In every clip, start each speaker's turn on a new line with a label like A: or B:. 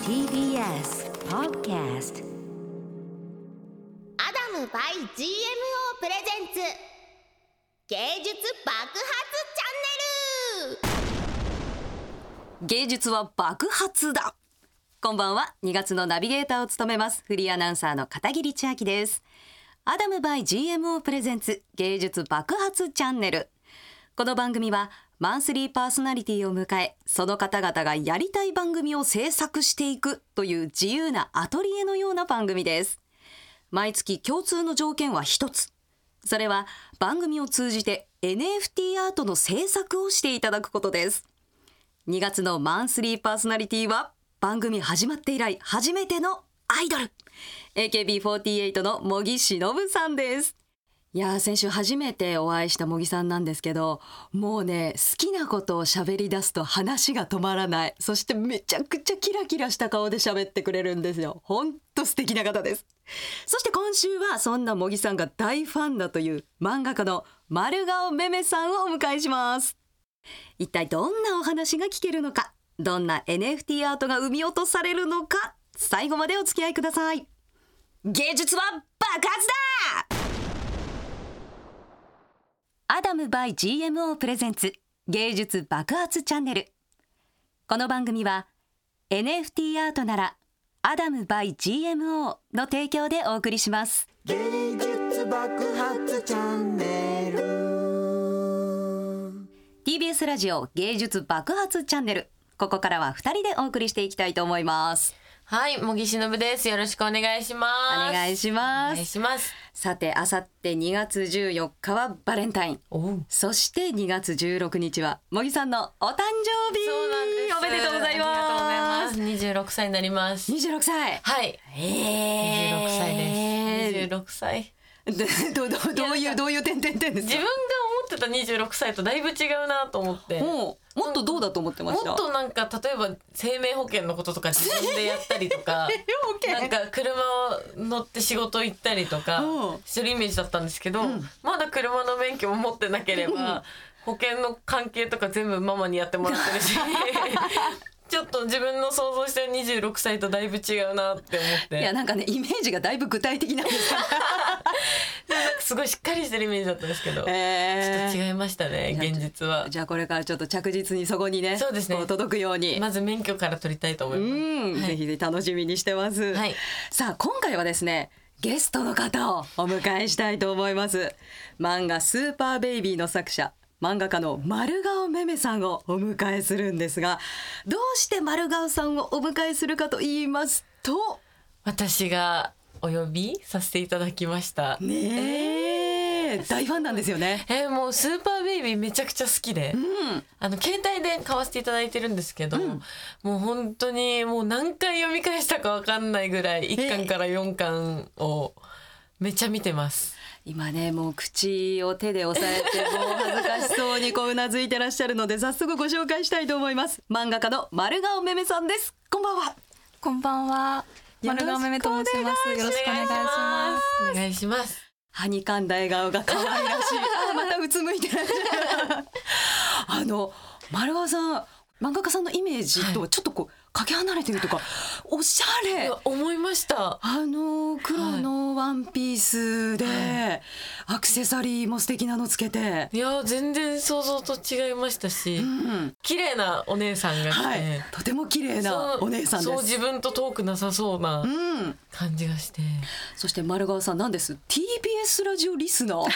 A: TBS Podcast
B: アダム by GMO プレゼンツ芸術爆発チャンネル
A: 芸術は爆発だこんばんは2月のナビゲーターを務めますフリーアナウンサーの片桐千秋ですアダムバイ GMO プレゼンツ芸術爆発チャンネルこの番組はマンスリーパーソナリティを迎えその方々がやりたい番組を制作していくという自由なアトリエのような番組です毎月共通の条件は一つそれは番組を通じて NFT アートの制作をしていただくことです2月のマンスリーパーソナリティは番組始まって以来初めてのアイドル AKB48 の茂木忍さんですいやー先週初めてお会いした茂木さんなんですけどもうね好きなことを喋り出すと話が止まらないそしてめちゃくちゃキラキラした顔で喋ってくれるんですよほんと素敵な方ですそして今週はそんな茂木さんが大ファンだという漫画家の丸顔めめさんをお迎えします一体どんなお話が聞けるのかどんな NFT アートが生み落とされるのか最後までお付き合いください芸術は爆発だアダム by GMO プレゼンツ芸術爆発チャンネルこの番組は NFT アートならアダム by GMO の提供でお送りします
C: 芸術爆発チャンネル
A: TBS ラジオ芸術爆発チャンネルここからは二人でお送りしていきたいと思います
D: はい、茂木しのぶです。よろしくお願いしま
A: お
D: す。
A: 願いし
D: お
A: ま
D: 願
A: す
D: いします。
A: さてあさって2月14日はバレンタイン
D: おう。
A: そして2月16日は茂木さんのお誕生日
D: そうなんです。
A: おめでとうございます
D: ありがとうございます。二十六歳になります。
A: 26歳
D: はい。二十六歳です。二十六歳。
A: です どどどどう
D: いや
A: いう
D: な
A: ん
D: か
A: どういう点々点です
D: 自
A: か
D: 分が思ってた二十六歳とだいぶ違うなと思って。も
A: もうもっとどうだと思ってました
D: っとなんか例えば生命保険のこととか自分でやったりと か
A: OK
D: なんか車を乗って仕事行ったりとか
A: うん
D: してるイメージだったんですけど、まだ車の免許も持ってなければ保険の関係とか全部ママにやってもらってる しちょっと自分の想像してる26歳とだいぶ違うなって思って
A: いやなんかねイメージがだいぶ具体的なんですよ
D: なんかすごいしっかりしてるイメージだったんですけど、 ちょっと
A: え
D: 違いましたね現実は
A: ー。じゃあこれからちょっと着実にそこにね
D: そうですね
A: こ届くように
D: まず免許から取りたいと思いうま
A: ん、
D: す。はい
A: ぜひぜひ楽しみにしてます、
D: はい
A: さあ今回はですねゲストの方をお迎えしたいと思います漫画スーパーベイビーの作者漫画家の丸顔めめさんをお迎えするんですがどうして丸顔さんをお迎えするかと言いますと
D: 私がお呼びさせていただきました。
A: ねえ大ファンなんですよね
D: えーもうスーパーベイビーめちゃくちゃ好きで、あの携帯で買わせていただいてるんですけど、もう本当にもう何回読み返したかわかんないぐらい1巻から4巻をめちゃ見てます。
A: 今ねもう口を手で押さえてもう恥ずかしそうにこううなずいてらっしゃるので早速ご紹介したいと思います漫画家の丸顔めめさんですこんばんは
E: こんばんは。丸亀めめと申します。よろしくお願いします。
D: お願いします。
A: はにかんだ笑顔が可愛ら しい。あー、またうつむいてらっしゃる。あの、丸川さん、漫画家さんのイメージとはちょっとこう、かけ離れてるとか、おしゃ
D: い
A: れ
D: や。思いました。
A: あの黒のワンピースで、アクセサリーも素敵なのつけて、
D: いや全然想像と違いましたし、綺麗なお姉さんが来て、
A: はい、とても綺麗な
D: そう
A: お姉さん
D: そ
A: で
D: う
A: す。
D: 自分と遠くなさそうな
A: うん、
D: 感じがして。
A: そして丸川さんなんです TBS ラジオリスナ ー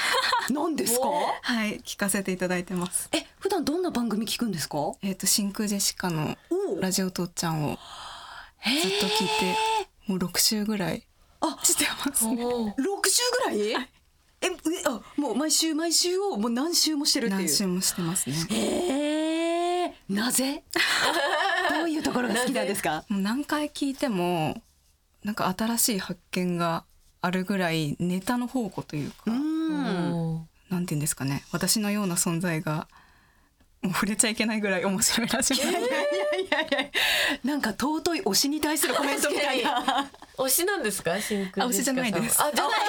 A: なんですか
D: お
E: はい、聞かせていただいてます。
A: え普段どんな番組聞くんですかお
E: えっ、と真空ジェシカのラジオ父ちゃんをずっと聞いて、もう六週ぐらいしてますね。
D: おー
A: 六週ぐらい？え、えあ、もう毎週毎週をもう何週もしてるっていう。
E: 何週もしてますね。
A: ええな ぜ？どういうところが好きなんですか？
E: もう何回聞いてもなんか新しい発見があるぐらいネタの宝庫というか、
A: うん。
D: おー
E: なんて言うんですかね。私のような存在がもう触れちゃいけないぐらい面白いらしいです。
A: なんか尊い推しに対するコメントみたいな。
D: 推しなんですか真空
E: あ推しじゃないです
D: あじゃないっ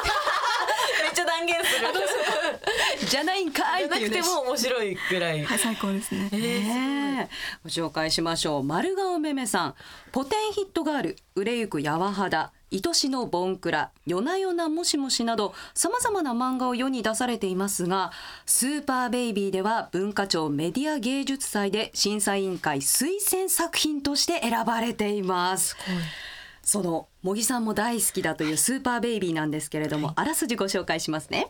D: ちゃ 断言する。
A: じゃないんかい
D: じ
A: っ
D: ゃ
A: て
D: な
A: いう
D: く
A: ね
D: ても面白いぐらい。
E: はい、最高ですね。
A: ねえご紹介しましょう丸顔めめさんポテンヒットガール売れゆくやわはだ愛しのボンクラ夜な夜なもしもしなどさまざまな漫画を世に出されていますがスーパーベイビーでは文化庁メディア芸術祭で審査委員会推薦作品として選ばれていますその茂木さんも大好きだというスーパーベイビーなんですけれども、あらすじご紹介しますね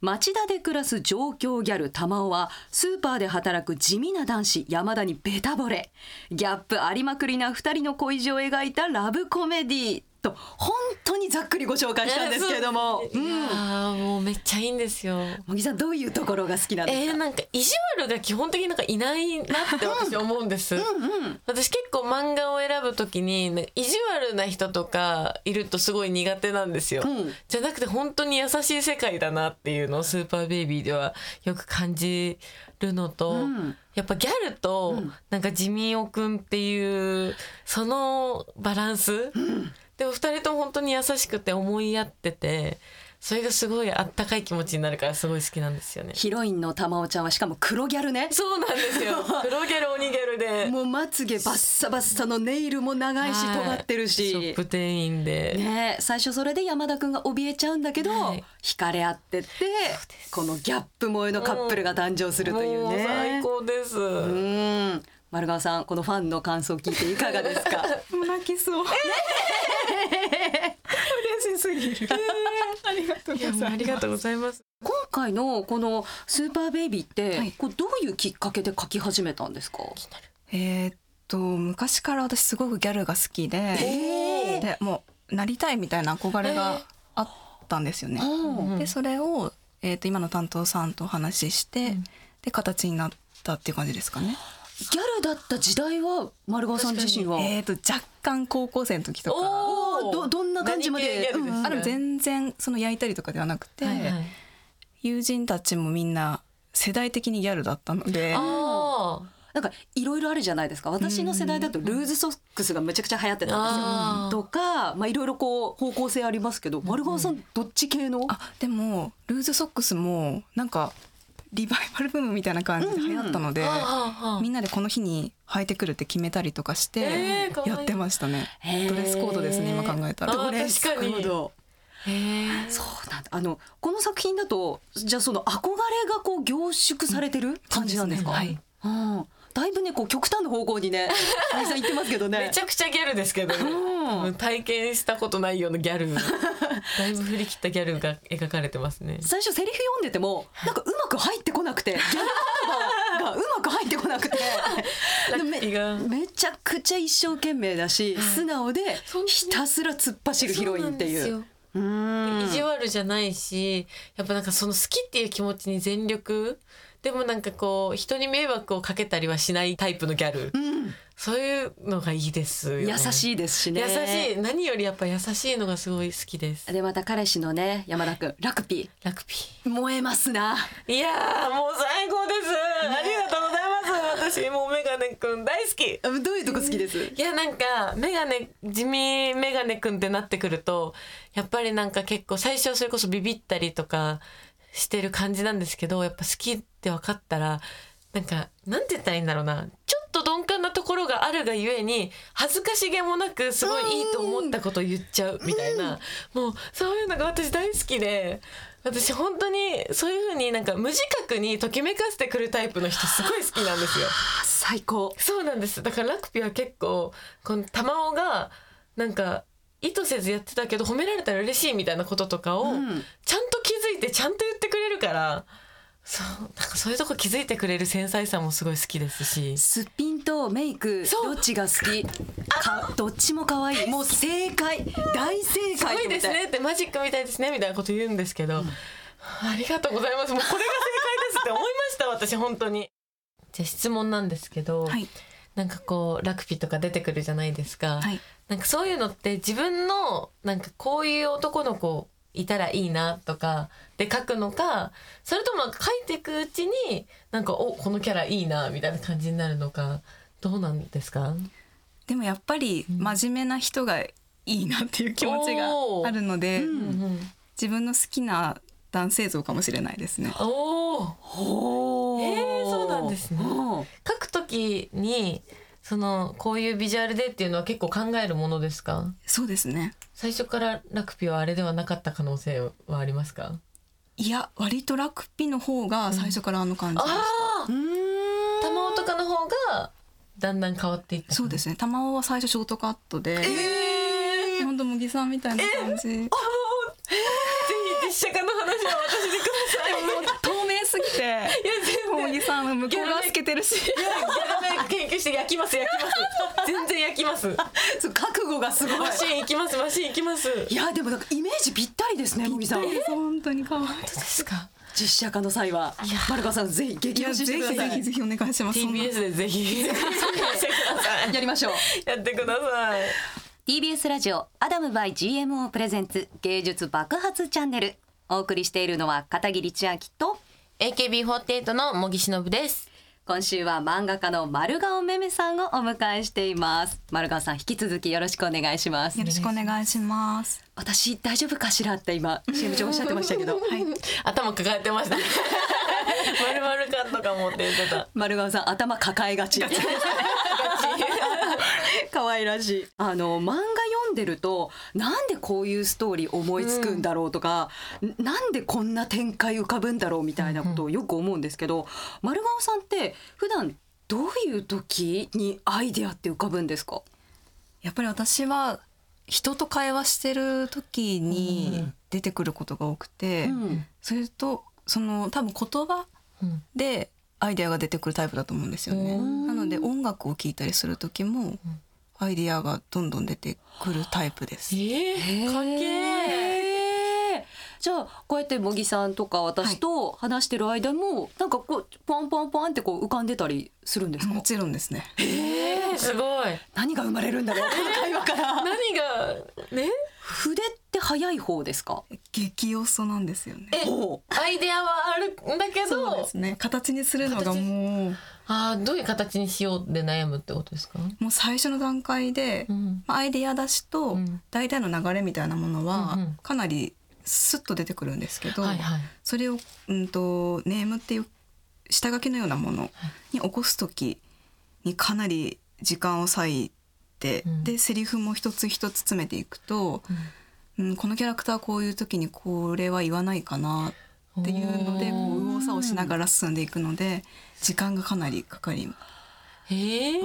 A: 町田で暮らす上京ギャル玉尾はスーパーで働く地味な男子山田にベタ惚れギャップありまくりな2人の恋路を描いたラブコメディと本当にざっくりご紹介したんですけれど も
D: いやーもうめっちゃいいんですよ。
A: 茂木さんどういうところが好きなんです
D: え
A: か、
D: ー、なんか意地悪が基本的になんかいないなって私思う んです。私結構漫画を選ぶときになんか意地悪な人とかいるとすごい苦手なんですよ、
A: ん
D: じゃなくて本当に優しい世界だなっていうのをスーパーベイビーではよく感じるのと、
A: ん
D: やっぱギャルとなんかジミオくんっていうそのバランス、でも二人とも本当に優しくて思いやっててそれがすごいあったかい気持ちになるからすごい好きなんですよね。
A: ヒロインの玉尾ちゃんはしかも黒ギャルね
D: そうなんで すよ。黒ギャル鬼ギャルで。
A: もうまつげバッサバッサのネイルも長いし
D: はい
A: 尖ってる
D: ショ
A: し
D: ップ店員で。
A: ねえ、最初それで山田くんが怯えちゃうんだけど、
D: はい
A: 惹かれ合ってってこのギャップ萌えのカップルが誕生するという
D: もう最
A: ね。
D: 高です。
A: うん丸川さんこのファンの感想を聞いていかがですか
E: 泣きそう。嬉しすぎる。ありがとうご
D: いやもう
E: ざ
D: あ
E: い
D: り
E: ます。
D: がとうござ います。
A: 今回のこの「スーパーベイビー」って、
E: はい
A: こうどういうきっかけで書き始めたんですか
E: えーっと昔から私すごくギャルが好きで、でもうなりたいみたいな憧れがあったんですよね。
A: うん
E: でそれをえーっと今の担当さんとお話しして、で形になったっていう感じですかね。
A: ギャルだった時代は丸川さん自身は、
E: えーっと若干高校生の時とか。
A: おーどどんな感じまで
D: 何系ギャルですね
E: あでも全然その焼いたりとかではなくて、
D: はいはい
E: 友人たちもみんな世代的にギャルだったので
D: あ
A: なんかいろいろあるじゃないですか私の世代だとルーズソックスがめちゃくちゃ流行ってたんですよ、
D: あー
A: とかまあいろいろこう方向性ありますけど丸川さんどっち系の、
E: あでもルーズソックスもなんかリバイバルブームみたいな感じで流行ったので、
D: ーあー。
E: みんなでこの日に履いてくるって決めたりとかして
D: えーかわいい
E: やってましたね、
A: へー
E: ドレスコードですね今考えたら
D: あー
E: ドレス
D: 確かに
A: なるほど
D: へー
A: そうなんだあのこの作品だとじゃあその憧れがこう凝縮されてる感じなんですか、
E: そうですね
A: うん、だいぶねこう極端な方向に ね森さん言ってますけどね
D: めちゃくちゃギャルですけどね、
A: うん
D: 体験したことないようなギ ャルだいぶ振り切ったギャルが描かれてますね
A: 最初セリフ読んでてもなんかうまく入ってこなく てギャル言葉がうまく入ってこなくてでめ
D: 意外
A: めちゃくちゃ一生懸命だし素直で
D: そうです
A: ひ
D: ね
A: たすら突っ走るヒロインってい
D: そうなんですよ意地悪じゃないしやっぱなんかその好きっていう気持ちに全力でもなんかこう人に迷惑をかけたりはしないタイプのギャル、そういうのがいいですよ、ね、
A: 優しいですしね
D: 優しい何よりやっぱ優しいのがすごい好きです
A: でまた彼氏のね山田君ラクピ
D: ラクピ
A: ー燃えますな
D: ーいやーもう最高です、ありがとうございます私もうメガネくん大好き
A: あどういうとこ好きです
D: いやなんかメガネ地味メガネくんってなってくるとやっぱりなんか結構最初それこそビビったりとかしてる感じなんですけどやっぱ好きって分かったらなんかなんて言ったらいいんだろうなちょっと鈍感なところがあるがゆえに恥ずかしげもなくすごいいいと思ったことを言っちゃうみたいなもうそういうのが私大好きで。私本当にそういう風になんか無自覚にときめかせてくるタイプの人すごい好きなんですよ。
A: あ最高
D: そうなんですだからラクピは結構この玉緒がなんか意図せずやってたけど褒められたら嬉しいみたいなこととかをちゃんと気づいてちゃんと言ってくれるから、そうなんかそういうとこ気づいてくれる繊細さもすごい好きですし
A: すっぴんとメイク
D: そ
A: ど
D: う
A: っちが好きかどっちも可愛いもう正解大正
D: すご
A: 解
D: いですねってマジックみたいですねみたいなこと言うんですけど、ありがとうございますもうこれが正解ですって思いました私本当に。じゃあ質問なんですけど、
E: はい
D: なんかこうラクピとか出てくるじゃないですか。
E: はい
D: なんかそういうのって自分のなんかこういう男の子いたらいいなとかで書くのかそれともなんか書いていくうちになんかおこのキャラいいなみたいな感じになるのかどうなんですか
E: でもやっぱり真面目な人がいいなっていう気持ちがあるので、
D: うん
E: 自分の好きな男性像かもしれないですね。
D: おお
A: ほう
D: へえそうなんですね
A: うん
D: 書くときにそのこういうビジュアルでっていうのは結構考えるものですか
E: そうですね。
D: 最初からラクピはあれではなかった可能性はありますか
E: いや割とラクピの方が最初からあの感じでした。
D: あ
A: うーん
D: 玉緒とかの方がだんだん変わっていった
E: そうですすね。玉緒は最初ショートカットで、本当もぎさんみたいな感じ。
D: ぜひ実写化の話は私でくださいもう
E: 透明すぎて、もぎさんの向こう側透けてるし、
D: ギャラメ研究して焼きます焼きます全然焼きます
A: そう覚悟がすごい
D: マシン行きますマシン行きます
A: いやでもなんかイメージぴったりですねもみさん
E: 本当に可愛い。
D: ですか
A: 実写化の際はマルカさんぜひ
E: い
A: 激
E: や
A: 推し
E: ぜ
A: してく
E: ひ
A: ださ
E: ぜ
A: い
E: ひぜひお願いします。そんな
D: TBS でぜひやってください
A: やりましょう
D: やってください
A: TBS ラジオアダムバイ GMO プレゼンツ芸術爆発チャンネルお送りしているのは片桐千秋と
D: AKB48 の茂木忍です
A: 今週は漫画家の丸顔めめさんをお迎えしています丸顔さん引き続きよろしくお願いします
E: よろしくお願いします。
A: 私大丈夫かしらって今 CM 中おっしゃってました けど、はい、
D: 頭抱えてました 丸々感とか持って言ってた
A: 丸顔さん頭抱えがち 可愛らしいあの漫画読んでるとなんでこういうストーリー思いつくんだろうとか、んなんでこんな展開浮かぶんだろうみたいなことをよく思うんですけど、丸顔さんって普段どういう時にアイデアって浮かぶんですか
E: やっぱり私は人と会話してる時に出てくることが多くて、
A: うん
E: それとその多分言葉
D: うん
E: でアイデアが出てくるタイプだと思うんですよね。なので音楽を聴いたりする時もアイデアがどんどん出てくるタイプです。
D: え
A: へ
D: ー、
A: ー
D: かっけえ
A: じゃあこうやって茂木さんとか私と話してる間も、なんかこうポンポンポンってこう浮かんでたりするんですか、
E: もちろんですね。
D: えー、すごい
A: 何が生まれるんだろうこの会話から
D: 何がね
A: 筆って早い方ですか
E: 激要素なんですよね。
D: えアイデアはあるんだけ
E: そうで
D: ど
E: すね。形にするのがもう
D: あーどういう形にしようで悩むってことですか、
E: もう最初の段階で、
D: うん
E: まあ、アイデア出しと
D: うん
E: 大体の流れみたいなものは
D: うんうん
E: かなりスッと出てくるんですけど、
D: はいはい
E: それを、うん、とネームっていう下書きのようなものに起こす時にかなり時間を割いて、
D: うん
E: でセリフも一つ一つ詰めていくと、うん、このキャラクターこういう時にこれは言わないかなっていうのでこう右往左往しながら進んでいくので時間がかなりかかります。
D: へえ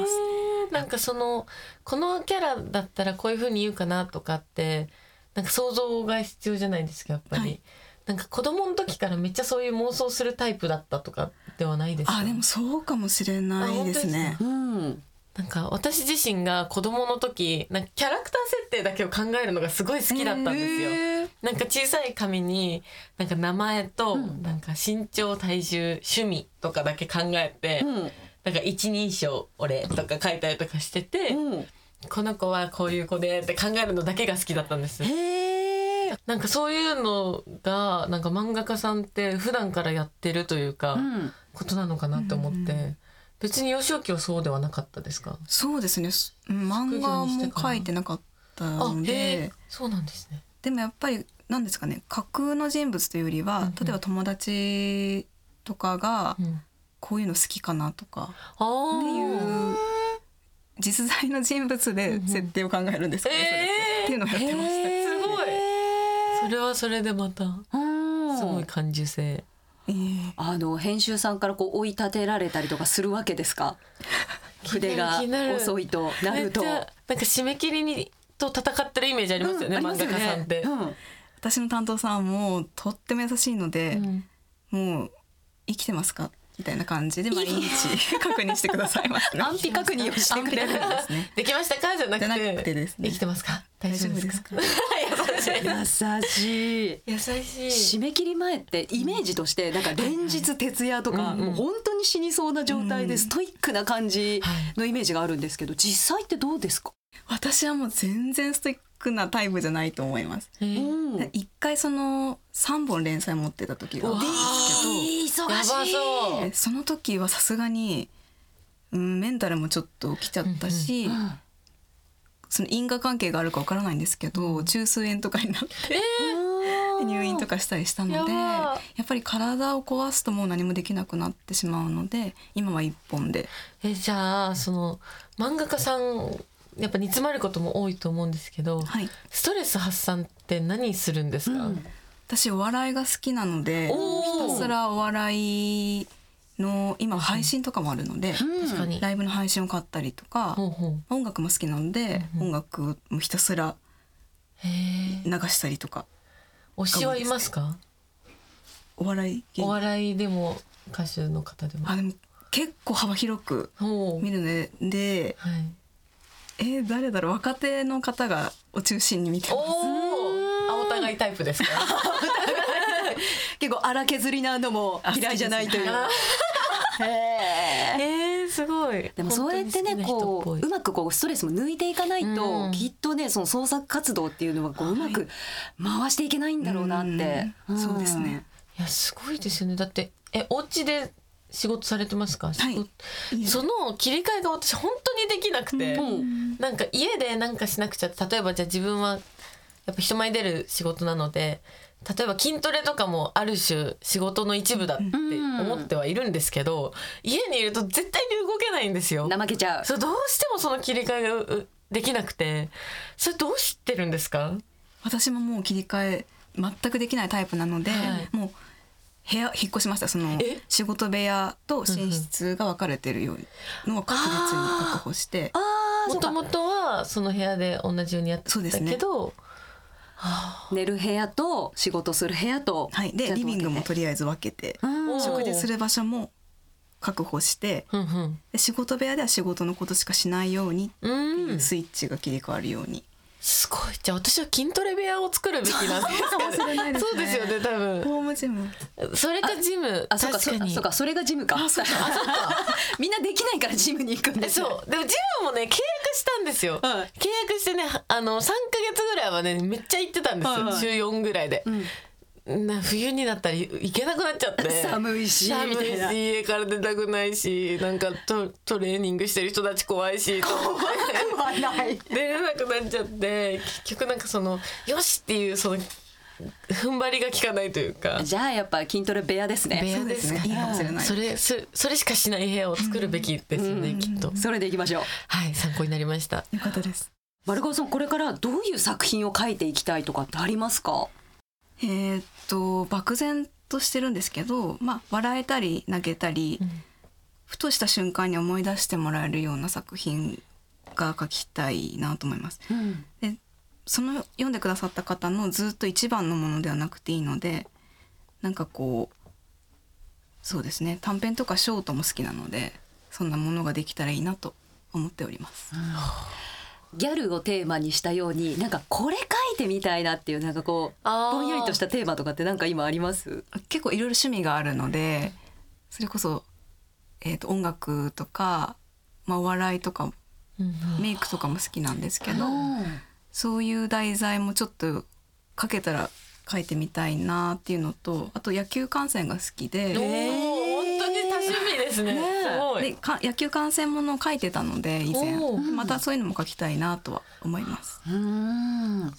D: なんかそのこのキャラだったらこういう風に言うかなとかってなんか想像が必要じゃないですかやっぱり、
E: はい
D: なんか子供の時からめっちゃそういう妄想するタイプだったとかではないですか
E: あでもそうかもしれないです
D: あ
E: ね。
A: うん
D: なんか私自身が子供の時なんかキャラクター設定だけを考えるのがすごい好きだったんですよ、なんか小さい紙になんか名前となんか身長体重趣味とかだけ考えて、
A: うん
D: なんか一人称俺とか書いたりとかしてて、
A: うん
D: この子はこういう子でって考えるのだけが好きだったんです
A: へえ
D: なんかそういうのがなんか漫画家さんって普段からやってるというか、
A: うん
D: ことなのかなって思って、別に幼少期はそうではなかったですか
E: そうですね。すうん漫画も書いてなかった
D: あ
E: の
D: へえ
E: で、
D: そうなんですね
E: でもやっぱりなんですかね。架空の人物というより
D: うんう
E: は
D: ん、
E: 例えば友達とかが
D: うん
E: こういうの好きかなとか
D: ああ
E: っていう実在の人物で設定を考えるんですけど、それ
D: えー
E: っていうのをやってました。
A: へー
D: すごいそれはそれでまた
A: うん
D: すごい感受性
E: えー
A: あの編集さんからこう追い立てられたりとかするわけですか筆が
D: 気になる
A: 遅いとな
D: めっ
A: ると
D: ちゃなんか締め切りにと戦ってるイメージありますよね、
A: うんあ
D: 漫
A: りますよ
D: 画家
A: ね
D: さんって、
A: うん
E: 私の担当さんもとっても優しいので、
D: うん
E: もう生きてますかみたいな感じで毎日 確認してくださいますね。
A: 安否確認をしてくれる
E: 安否確認ですね。
D: できましたかじゃなく
E: じ
D: て
E: ゃなくてですね
D: できてますか大
E: 大
D: 丈
E: 丈
D: 夫
E: 夫
D: で
E: ですす
D: か
E: か
A: 優しい
D: 優しい
A: 締め切り前ってイメージとしてなんか連日徹夜とか
D: うんうん
A: もう本当に死にそうな状態でストイックな感じ
D: はい
A: のイメージがあるんですけど実際ってどうですか、
E: 私はもう全然ストイックなタイプじゃないと思います。
D: えー
A: うん
E: 一、回その3本連載持ってた時があったんですけど
A: 忙しい
D: やばそう
E: えその時はさすがに、うん、メンタルもちょっと来ちゃったし、その因果関係があるかわからないんですけど中枢炎とかになって
D: えー
E: で入院とかしたりしたので
D: や
E: や
D: ば
E: っぱり体を壊すともう何もできなくなってしまうので今は一本で
D: えじゃあその漫画家さんやっぱ煮詰まることも多いと思うんですけど、
E: はい
D: ストレス発散って何するんですか、
E: 私お笑いが好きなので
D: おー
E: ひたすらお笑いの今配信とかもあるので、
D: 確かに、
E: ライブの配信を買ったりとか、
D: ほうほう
E: 音楽も好きなので、音楽もひたすら
D: へえ
E: 流したりとか
D: 推しはいますか
E: お笑い芸
D: お
E: 人
D: 笑いでも歌手の方でも
E: あでも結構幅広く
D: ほう
E: 見るのでで
D: はい
E: えー誰だろう若手の方がを中心に見て
D: お
E: ます
D: おあお互いタイプですか
A: 結構荒削りなのも嫌いじゃないという。 へえ
D: えー、すごい
A: でもそうやってねこうう
D: ま
A: まくこうストレスも抜いていかないと、
D: うん
A: きっとねその創作活動っていうのはこううまく回していけないんだろうなって、
E: うん
A: ん
E: そうですね
D: いやすごいですよねだってえお家で仕事されてますか、仕事
E: 家で
D: その切り替えが私本当にできなくて、
A: うん
D: なんか家でなんかしなくちゃって例えばじゃあ自分はやっぱ人前に出る仕事なので例えば筋トレとかもある種仕事の一部だって思ってはいるんですけど、家にいると絶対に動けないんですよ。
A: 怠けちゃう
D: そうどうしてもその切り替えがううできなくてそれどうしてるんですか
E: 私ももう切り替え全くできないタイプなので、
D: はい
E: もう部屋引っ越しましたその
D: え
E: 仕事部屋と寝室が分かれてるようのを確実に確保して
A: あー
D: も
A: そう
D: と
A: か
D: もとはその部屋で同じようにやってた
E: そうですね
D: けど、
A: 寝る部屋と仕事する部屋と、
E: はい、
A: ち
E: で
A: ゃんと
E: リ
A: 分け
E: ビン
A: て
E: グもとりあえず分けて
A: うん
E: 食事する場所も確保して
D: うんうん
E: で仕事部屋では仕事のことしかしないように
D: うん、
E: スイッチが切り替わるように、
D: すごいじゃあ私は筋トレ部屋を作るべきなんですか
E: かもしれないですね
D: そうですよね多分
E: ホームジム
D: それかジム
A: あそうかそ
D: 確かに
A: そうかそれがジムか
E: あそうか
A: みんなできないからジムに行くん
D: え
A: ですね
D: そうでもジムもね契約したんですよ、
A: はい
D: 契約してねはあの3ヶ月ぐらいはねめっちゃ行ってたんですよ、
A: はいはい
D: 週4ぐらいで、な冬になったらい行けなくなっちゃって
A: 寒いし
D: 寒い
A: みたいな
D: し家から出たくないしなんかトトレーニングしてる人たち怖いしと思って
A: 怖くはない
D: 出れなくなっちゃって結局なんかそのよしっていうその踏ん張りが効かないというか
A: じゃあやっぱ筋トレ部屋ですね
D: 部屋
E: そうですねいいかもしれない
D: それそそれしかしない部屋を作るべきですよね、きっと
A: それでいきましょう
D: はい参考になりました
E: よかったです
A: 丸川さんこれからどういう作品を書いていきたいとかってありますか
E: えーっと漠然としてるんですけど、まあ、笑えたり泣けたり、ふとした瞬間に思い出してもらえるような作品が書きたいなと思います。
A: うん
E: でその読んでくださった方のずっと一番のものではなくていいのでなんかこうそうですね短編とかショートも好きなのでそんなものができたらいいなと思っております。
A: ギャルをテーマにしたようになんかこれ書いてみたいなっていうなんかこう
D: あー
A: ぼんやりとしたテーマとかってなんか今あります
E: 結構いろいろ趣味があるのでそれこそ、えー、と音楽とか、まあ、お笑いとかメイクとかも好きなんですけどそういう題材もちょっと書けたら書いてみたいなっていうのとあと野球観戦が好きで
D: おー本当に多趣味ですね。
A: ねえ
D: すご
E: で
D: い。
E: か野球観戦ものを書いてたので以前
D: おー
E: またそういうのも書きたいなとは思います。
A: うん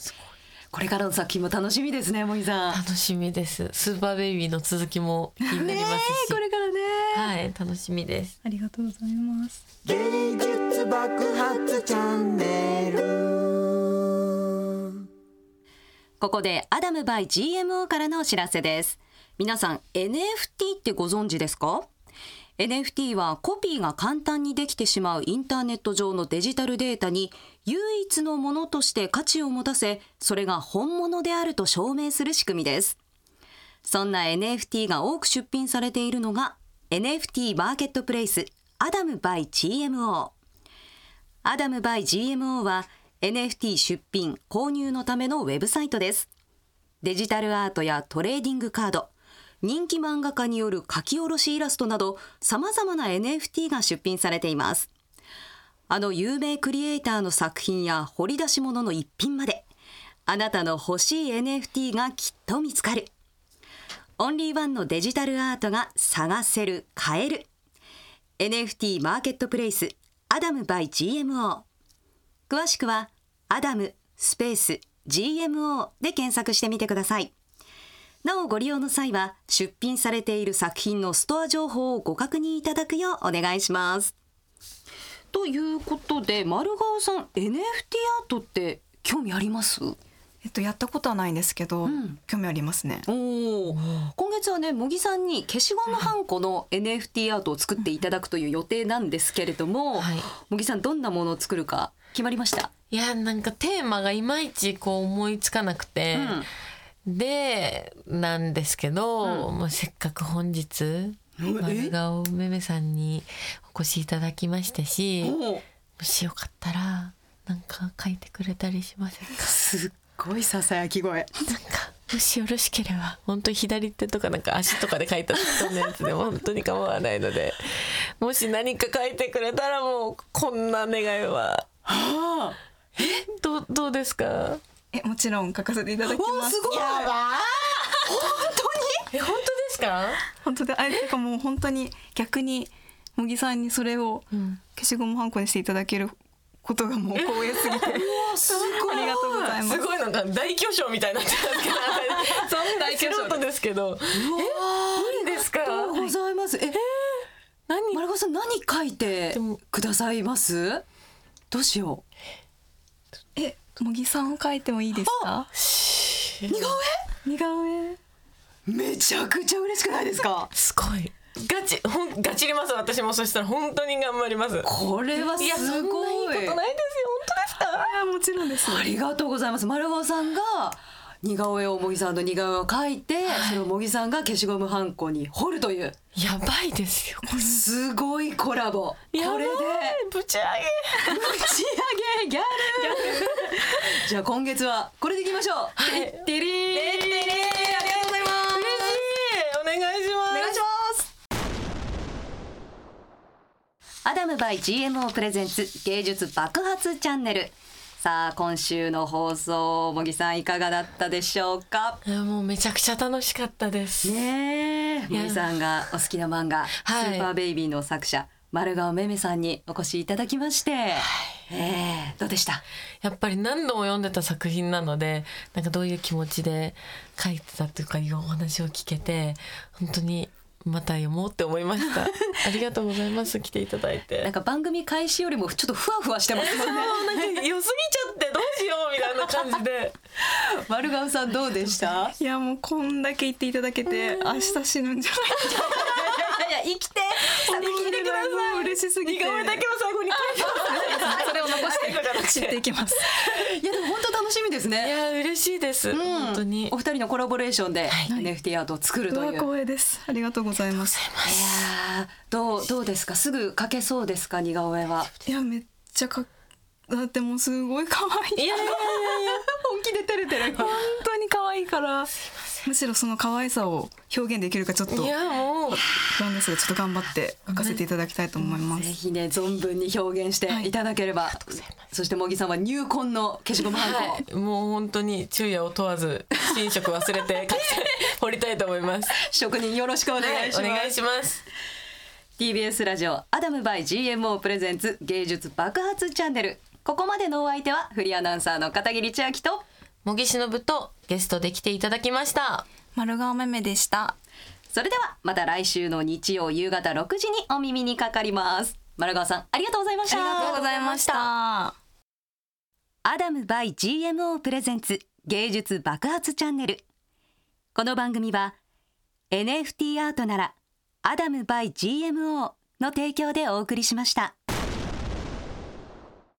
A: これからの作品も楽しみですねもいさん
D: 楽しみです。スーパーベイビーの続きも気になりますし、
A: これからね
D: はい、楽しみです。
E: ありがとうございます
C: 芸術爆発チャンネル
A: ここでアダムバイ GMO からのお知らせです。皆さん NFT ってご存知ですか NFT はコピーが簡単にできてしまうインターネット上のデジタルデータに唯一のものとして価値を持たせ、それが本物であると証明する仕組みです。そんな NFT が多く出品されているのが NFT マーケットプレイスアダムバイ GMO。アダムバイ GMO は NFT 出品購入のためのウェブサイトですデジタルアートやトレーディングカード人気漫画家による書き下ろしイラストなど様々な NFT が出品されていますあの有名クリエイターの作品や掘り出し物の一品まであなたの欲しい NFT がきっと見つかるオンリーワンのデジタルアートが探せる買える NFT マーケットプレイスアダム by GMO 詳しくはアダムスペース GMO で検索してみてくださいなおご利用の際は出品されている作品のストア情報をご確認いただくようお願いします。ということで丸顔さん NFT アートって興味あります
E: えっとやったことはないんですけど、
A: ん
E: 興味ありますね。
A: おお、今月はね茂木さんに消しゴムはんこの NFT アートを作っていただくという予定なんですけれども、
D: はい
A: 茂木さんどんなものを作るか決まりました。
D: いやなんかテーマがいまいちこう思いつかなくて、でなんですけど、もうせっかく本日丸顔めめさんにお越しいただきましたしも
A: おー
D: しよかったらなんか書いてくれたりしませんか
A: すっごいささやき声。
D: なんかもしよろしければ本当に左手とかなんか足とかで書いた人のやつでも本当に構わないのでもし何か書いてくれたらもうこんな願いは。えどうどうですか
E: えもちろん書かせていただきます。
A: ごい。
D: え本当ですか
E: 本当であれとかもう本当に逆に茂木さんにそれを消しゴムハンコにしていただけることがもう光栄すぎてありがとうございますす。
D: ごいなんか大巨匠みたいになってますけど そんな大巨匠ですけどえ無理ですか
A: ございます。え、
D: 何
A: 丸川さん何書いて
D: でも
A: くださいます？どうしよ
E: え茂木さんを書いてもいいですか？
A: う。似顔
E: 似顔絵
A: 絵？めちゃくちゃ嬉しくないですか？
D: すごいガチほんガチります私もそしたら本当に頑張ります
A: これはす
D: いやそんないいこ
A: ごい。
D: とないですよ本当ですか
E: あもちろんです。
A: ありがとうございます。丸尾さんが似顔絵を茂木さんの似顔絵を描いて、それを茂木さんが消しゴムはんこに彫るという
D: やばいですよこれ
A: すごいコラボ。これで
D: やばいぶち上
A: 打ち上げ ギャル。じゃあ今月はこれでいきましょう。
D: い
A: てってりー。
D: げ
A: ありがとうございます。
D: 嬉しいお願いします
A: お願いします。アダムバイ GMO プレゼンツ芸術爆発チャンネル。さあ今週の放送茂木さんいかがだったでしょうか。
D: いやもうめちゃくちゃ楽しかったです、
A: ねえ、茂木さんがお好きな漫画、
D: はい
A: スーパーベイビーの作者丸顔めめさんにお越しいただきまして、ええどうでした。
D: やっぱり何度も読んでた作品なのでなんかどういう気持ちで書いてたというかいうお話を聞けて本当にまた読もうって思いま したありがとうございます来ていただいて
A: なんか番組開始よりもちょっとふわふわしてます もんね。
D: もうなんか良すぎちゃってどうしようみたいな感じ で
A: 丸顔さんどうでした。
E: いやもうこんだけ言っていただけて明日死ぬんじゃないか。
A: いや生きて。
D: 聞いてください
E: もう嬉しすぎ
D: 似
E: て。
D: 顔絵だけは最後に書いて
A: それを残して。
E: 知っていきます。
A: いやでも本当楽しみです
D: い
A: ね。
D: や嬉しいです、本当に
A: お二人のコラボレーションで NFT アートを作る
E: う
A: という。
E: わ
A: いやー
E: 光栄です。ありがとうございます。
A: どうどうですか。すぐ描けそうですか似顔絵は。
E: いやめっちゃかっだってもうすごい可愛い。
D: いやいやいやいや
A: 本気で照れてる。
E: 本当に可愛いからむしろその可愛さを表現できるかちょっと
D: いやもう
E: 不安ですがちょっと頑張って書かせていただきたいと思いま
A: ぜ
E: す。
A: ひね存分に表現していただければ。そして茂木さんは入魂の消しゴムはんこ。
D: はい、もう本当に昼夜を問わず寝食忘れ て掘りたいと思います。
A: 職人よろしくお願いします。
D: お願いします。
A: TBS ラジオアダムバイ GMO プレゼンツ芸術爆発チャンネルここまでのお相手はフリーアナウンサーの片桐千秋と
D: 茂木忍とゲストで来ていただきました。
E: 丸顔めめでした。
A: それではまた来週の日曜夕方6時にお耳にかかります丸川さんありがとうございました
E: ありがとうございました。
A: アダムバイ GMO プレゼンツ芸術爆発チャンネルこの番組は NFT アートならアダムバイ GMO の提供でお送りしました